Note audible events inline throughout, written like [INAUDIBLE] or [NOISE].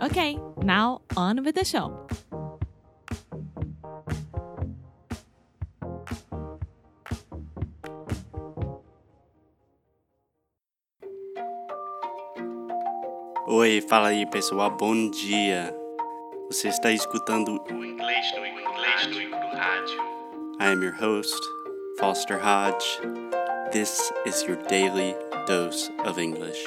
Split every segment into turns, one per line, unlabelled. Ok, now on with the show!
Oi, fala aí pessoal, bom dia. Você está escutando o inglês no inglês no rádio. I am your host, Foster Hodge. This is your daily dose of English.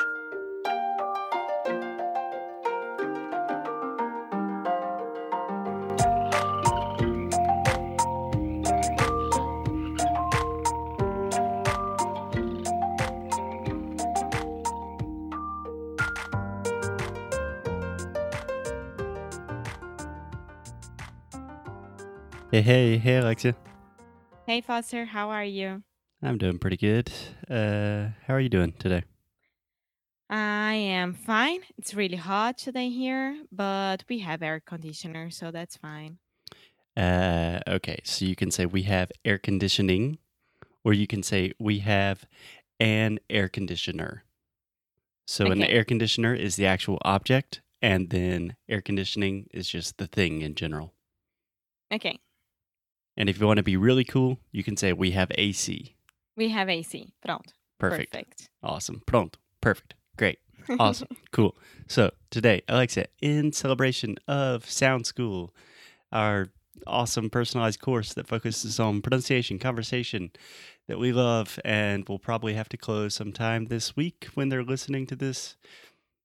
Hey, hey, hey, Alexia.
Hey Foster, how are you?
I'm doing pretty good. Uh, how are you doing today?
I am fine. It's really hot today here, but we have air conditioner, so that's fine.
Uh, okay, so you can say we have air conditioning, or you can say we have an air conditioner. So an
Okay.
air conditioner is the actual object, and then air conditioning is just the thing in general.
Okay,
And if you want to be really cool, you can say we have AC.
we have AC. Pronto.
Perfect. Awesome. Pronto. Perfect. Great. Awesome. cool. So today, Alexa, in celebration of Sound School, our awesome personalized course that focuses on pronunciation, conversation that we love and will probably have to close sometime this week when they're listening to this.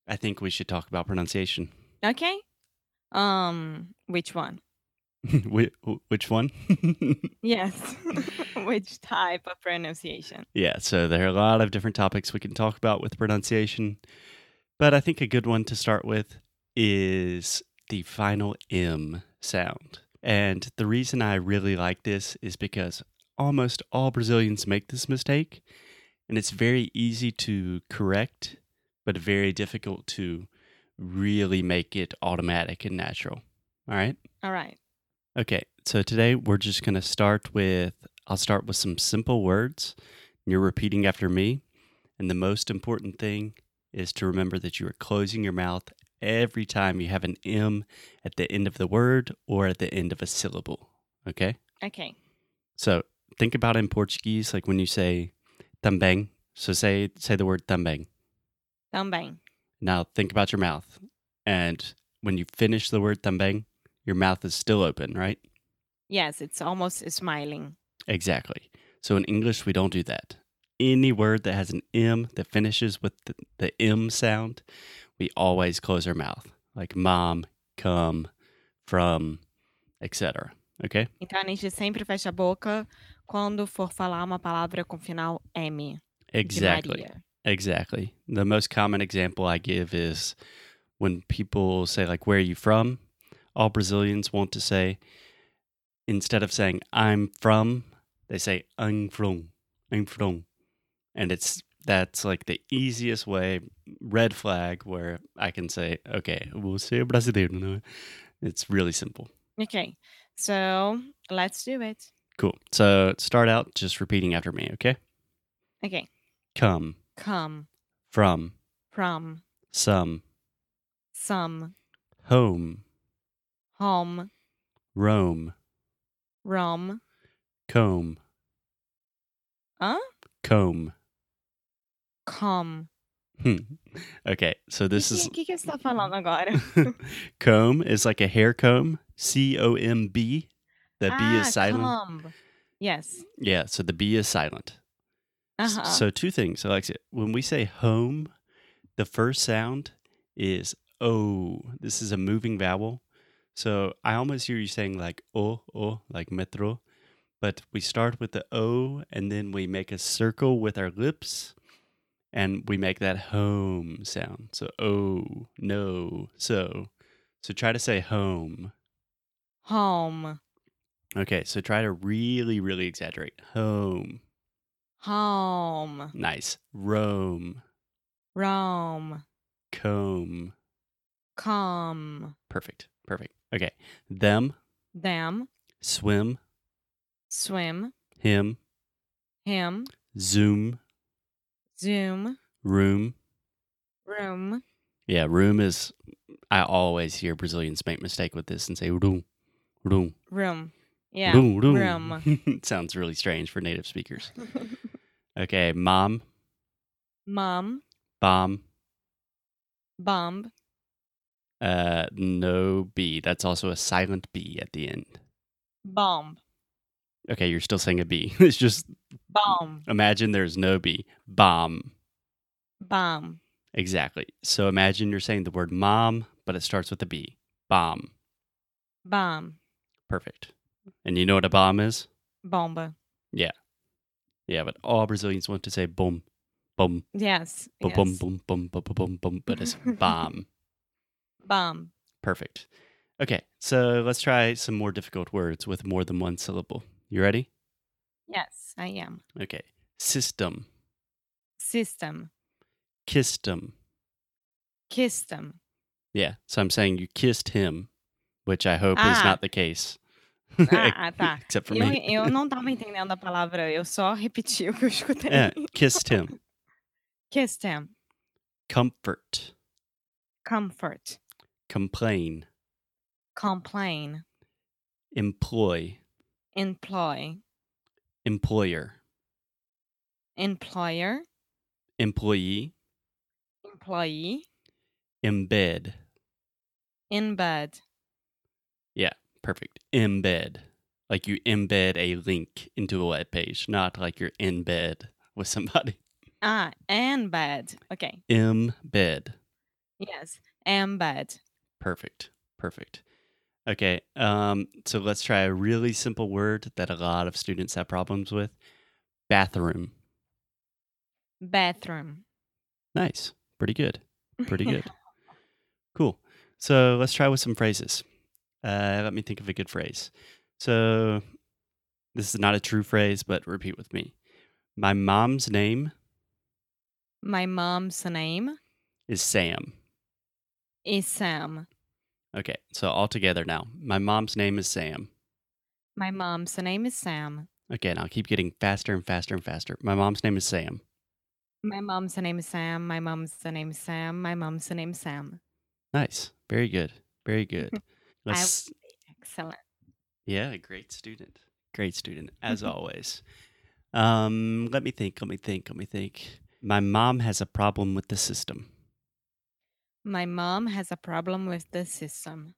I think we should talk about pronunciation.
[LAUGHS]
[LAUGHS]
okay. Um, which one?
Whi- Which one? [LAUGHS]
Yes. [LAUGHS] which type of pronunciation?
Yeah, so there are a lot of different topics we can talk about with pronunciation, but I think a good one to start with is the final M sound. And the reason I really like this is because almost all Brazilians make this mistake, and it's very easy to correct, but very difficult to really make it automatic and natural. All right?
All right.
Okay, so today we're just going to start with I'll start with some simple words. You're repeating after me. And the most important thing is to remember that you are closing your mouth every time you have an M at the end of the word or at the end of a syllable. Okay?
Okay.
So think about in Portuguese, like when you say tambang. So say say the word tambang.
Também.
Now think about your mouth. And when you finish the word tambang, your mouth is still open, right?
Yes, it's almost smiling.
Exactly. So in English, we don't do that. Any word that has an M that finishes with the, the M sound, we always close our mouth, like mom, come, from, etc. Okay?
Então a gente sempre fecha a boca quando for falar uma palavra com final M. de
Exactly.
Maria.
Exactly. The most common example I give is when people say, like, where are you from? All Brazilians want to say, instead of saying, I'm from, they say, I'm from, I'm from. And it's, that's like the easiest way, red flag, where I can say, okay, we'll say brasileiro. não é?" It's really simple.
Okay. So, let's do it.
Cool. So start out just repeating after me, okay?
Okay.
Come,
Come
from,
from
some,
some
home,
home,
Rome,
Rome,
comb,
huh?
comb.
Come. [LAUGHS]
Hmm. okay, so this
que, [LAUGHS]
is [LAUGHS]
O que, que você tá falando agora?
comb is like a hair comb, C O M B, The B
Ah,
is silent.
Come. Yes.
Yeah, so the B is silent. S-
Uh-huh.
So two things, Alexia. When we say home, the first sound is oh. This is a moving vowel. So I almost hear you saying like oh oh like metro, but we start with the o and then we make a circle with our lips, and we make that home sound. So oh no so. So try to say home.
home.
Okay, so try to really really exaggerate. Home.
Home.
Nice. Rome.
Rome.
Comb.
Come.
Perfect. Perfect. Okay. Them,
Them.
swim,
Swim.
him,
Him.
zoom,
Zoom.
room.
Room.
Yeah, room is. I always hear Brazilians make mistake with this and say room, room,
Room. Yeah.
room, room. [LAUGHS]
room.
Sounds really strange for native speakers.
[LAUGHS]
Okay, mom,
Mom.
bomb.
Bomb.
Uh, no B. That's also a silent B at the end.
Bomb.
Okay, you're still saying a B. [LAUGHS] It's just
Bomb.
imagine there's no B. Bomb.
Bomb.
Exactly. So imagine you're saying the word mom, but it starts with a B. Bomb.
Bomb.
Perfect. And you know what a bomb is?
Bomba.
Yeah, but all Brazilians want to say boom, boom,
Yes.
boom,
yes.
boom, boom, boom, boom, boom, boom, boom,
[LAUGHS]
but it's bomb.
Bomb.
Perfect. Okay, so let's try some more difficult words with more than one syllable. You ready?
Yes, I am.
Okay. System,
System.
kistem.
Kiss
[LAUGHS]
them.
Yeah, so I'm saying you kissed him, which I hope is
Ah.
not the case. É, [LAUGHS]
Ah, tá.
Except for
Eu,
me.
eu não tava entendendo a palavra, eu só repeti o que eu escutei.
Yeah, Eh, kissed him.
Kiss them.
Comfort,
Comfort.
complain,
Complain.
employ,
Employ.
employer,
Employer.
employee,
Employee.
embed.
In bed.
Perfect. Embed. Like you embed a link into a web page, not like you're in bed with somebody. [LAUGHS]
Ah, in bed. Ok.
Embed.
Yes. In bed.
Perfect. Perfect. Okay. Um, so let's try a really simple word that a lot of students have problems with bathroom.
Bathroom.
Nice. Pretty good. Pretty good. Cool. So let's try with some phrases. Uh, let me think of a good phrase. So this is not a true phrase, but repeat with me. My mom's name
[LAUGHS] My mom's name
is Sam.
is Sam.
Okay, so all together now. My mom's name is Sam.
My mom's name is Sam.
Okay, and I'll keep getting faster and faster and faster. My mom's name is Sam.
My mom's name is Sam. My mom's name is Sam. My mom's name is Sam.
Nice. Very good. Very good. Let's,
Excellent.
Yeah, great student. Great student, as always. Um, let me think, let me think, let me think. My mom has a problem with the system.
My mom has a problem with the system.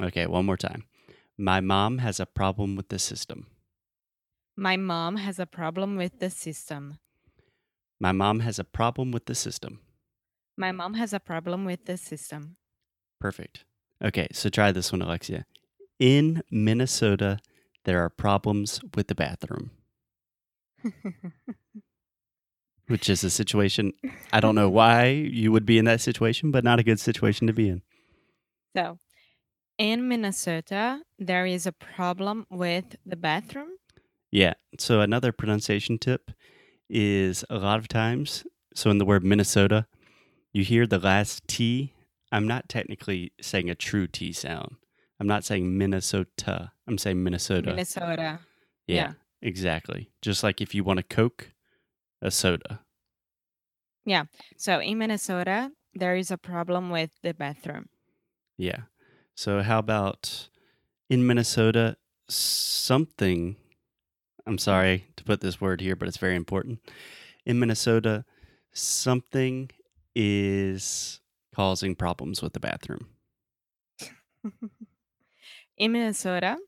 Okay, one more time. My mom has a problem with the system.
My mom has a problem with the system.
My mom has a problem with the system.
My mom has a problem with the system.
Perfect. Okay, so try this one, Alexia. In Minnesota, there are problems with the bathroom, which is a situation I don't know why you would be in that situation, but not a good situation to be in.
So, in Minnesota, there is a problem with the bathroom.
Yeah. So another pronunciation tip is a lot of times, so in the word Minnesota, you hear the last T. I'm not technically saying a true T sound. I'm not saying Minnesota. I'm saying Minnesota.
Minnesota.
yeah,
yeah.
exactly. Just like if you want a Coke, a soda.
So, in Minnesota, there is a problem with the bathroom.
Yeah. So how about in Minnesota, something? I'm sorry to put this word here, but it's very important. In Minnesota, something is causing problems with the bathroom.
In Minnesota,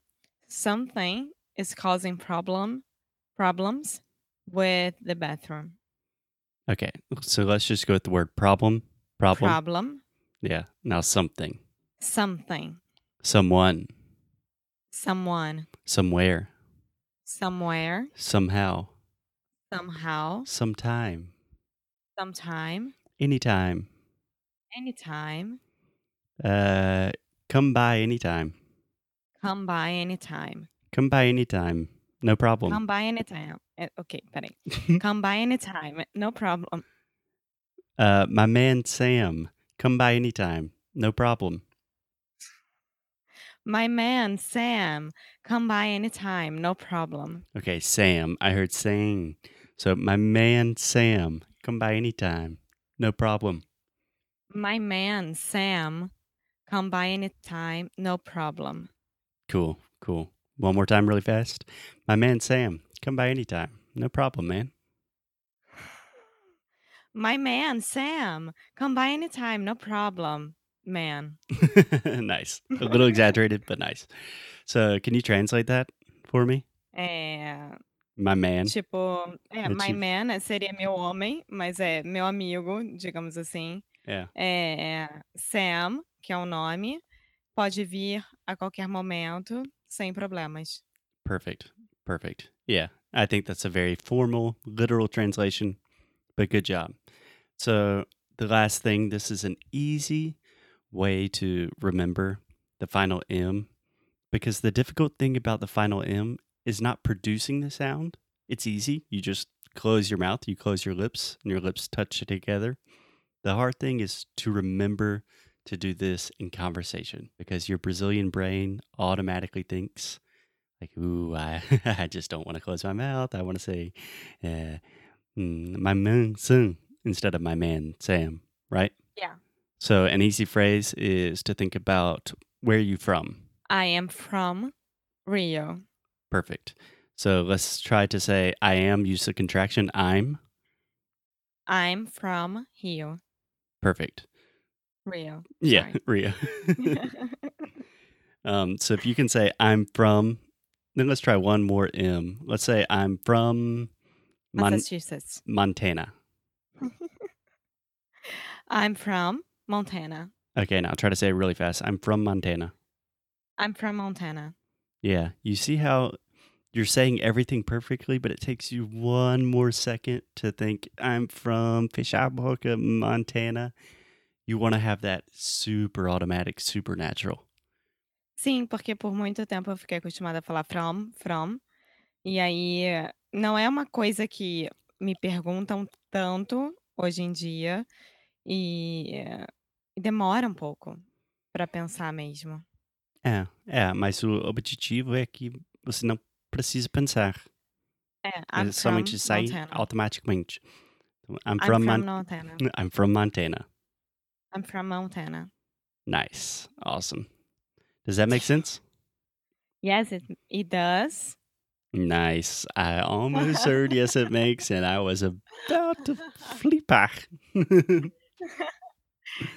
something is causing problem problems with the bathroom.
Okay. So let's just go with the word problem. Problem.
Problem.
yeah. Now something.
Something.
Someone.
Someone.
Somewhere.
Somewhere.
Somehow.
Somehow.
Sometime.
Sometime.
Anytime.
Anytime.
Uh come by anytime.
Come by anytime.
Come by anytime. No problem.
Come by anytime. Eh, Okay, peraí. Come by anytime. eh, No problem.
uh my man Sam. Come by anytime. No problem.
My man, Sam, come by anytime. No problem.
Okay, Sam. I heard saying. So my man Sam. Come by anytime. No problem.
My man, Sam, come by anytime. No problem.
Cool, cool. One more time, really fast. My man Sam, come by anytime. No problem, man. [LAUGHS]
My man, Sam, come by anytime. No problem, man.
nice. A little exaggerated, but nice. So, can you translate that for me?
É,
My man.
tipo, é,
Eu
my
tive-
man é- seria meu homem, mas é meu amigo, digamos assim.
É.
É, Sam, que é o nome, pode vir a qualquer momento, sem problemas.
Perfect. Perfect. Yeah. I think that's a very formal, literal translation, but good job. So, the last thing this is an easy way to remember the final M because the difficult thing about the final M is not producing the sound. It's easy. You just close your mouth, you close your lips, and your lips touch together. The hard thing is to remember to do this in conversation because your Brazilian brain automatically thinks, like, ooh, I, [LAUGHS] I just don't want to close my mouth. I want to say, uh, mm, my man Sam instead of my man Sam, right?
Yeah.
So, an easy phrase is to think about where are you from?
I am from Rio.
Perfect. So, let's try to say I am, use the contraction I'm.
I'm from Rio.
Perfect.
Rio. [LAUGHS]
Yeah, [LAUGHS]
Sorry.
Rio. um, so, if you can say I'm from, then let's try one more M. Let's say I'm from Mon-
Massachusetts. [LAUGHS]
Montana.
I'm from Montana.
Okay, now try to say it really fast. I'm from Montana.
I'm from Montana.
Yeah. You see how you're saying everything perfectly, but it takes you one more second to think, I'm from Fishhoboka, Montana. You want to have that super automatic, supernatural.
Sim, porque por muito tempo eu fiquei acostumada a falar from, from. E aí, não é uma coisa que me perguntam tanto hoje em dia. E eh, demora um pouco para pensar mesmo.
É, é, mas o objetivo é que você não precisa pensar.
É,
é
I'm
somente
from
sai
Montana.
automaticamente. Então, I'm,
I'm
from
from
Mon- [LAUGHS]
Montana.
I'm from Montana.
I'm from Montana.
Nice. Awesome. Does that make sense?
Yes, it, it does.
Nice. I
[LAUGHS]
almost heard yes it makes and I was about to flip back. [LAUGHS]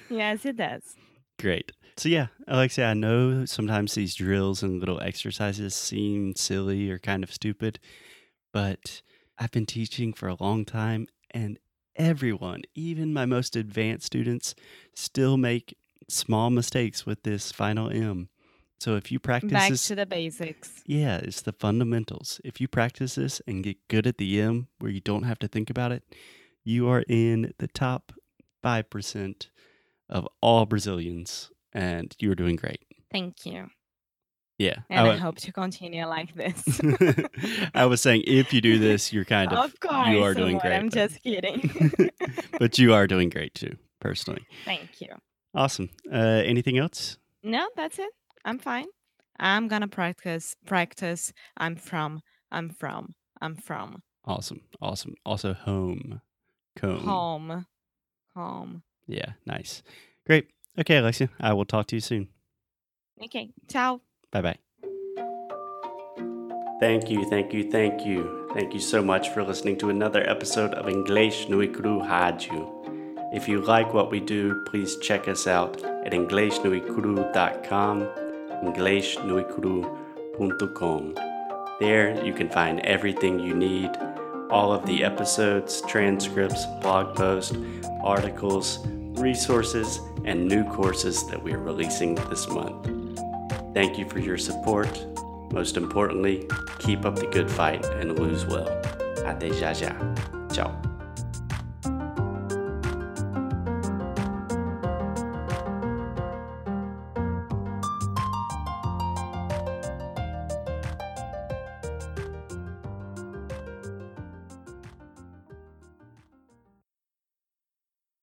Yes, it does.
Great. So yeah, Alexia, I know sometimes these drills and little exercises seem silly or kind of stupid, but I've been teaching for a long time and everyone, even my most advanced students, still make small mistakes with this final M. So if you practice
Back
this
to the basics.
yeah, it's the fundamentals. If you practice this and get good at the M where you don't have to think about it, you are in the top 5% of all Brazilians and you're doing great.
Thank you.
Yeah. I
And I
wa- [LAUGHS]
hope to continue like this.
I was saying if you do this,
[LAUGHS]
you're kind of,
of course,
you are
amor,
doing great.
I'm
but-
just [LAUGHS] kidding.
[LAUGHS]
[LAUGHS]
but you are doing great too, personally.
Thank you.
Awesome. Uh, anything else?
No, that's it. I'm fine. I'm gonna practice. Practice. I'm from. I'm from. I'm from
Awesome. Awesome. Also home. Cone.
home. Home.
Yeah, nice. Great. Okay, Alexia, I will talk to you soon.
Okay. Ciao.
Bye bye. Thank you, thank you, thank you. Thank you so much for listening to another episode of English Nui Cru Rádio. If you like what we do, please check us out at EnglishNuiCru.com, EnglishNuiCru, gmail.com. There you can find everything you need all of the episodes, transcripts, blog posts, articles, resources, and new courses that we are releasing this month. Thank you for your support. Most importantly, keep up the good fight and lose well. Até já já. Tchau.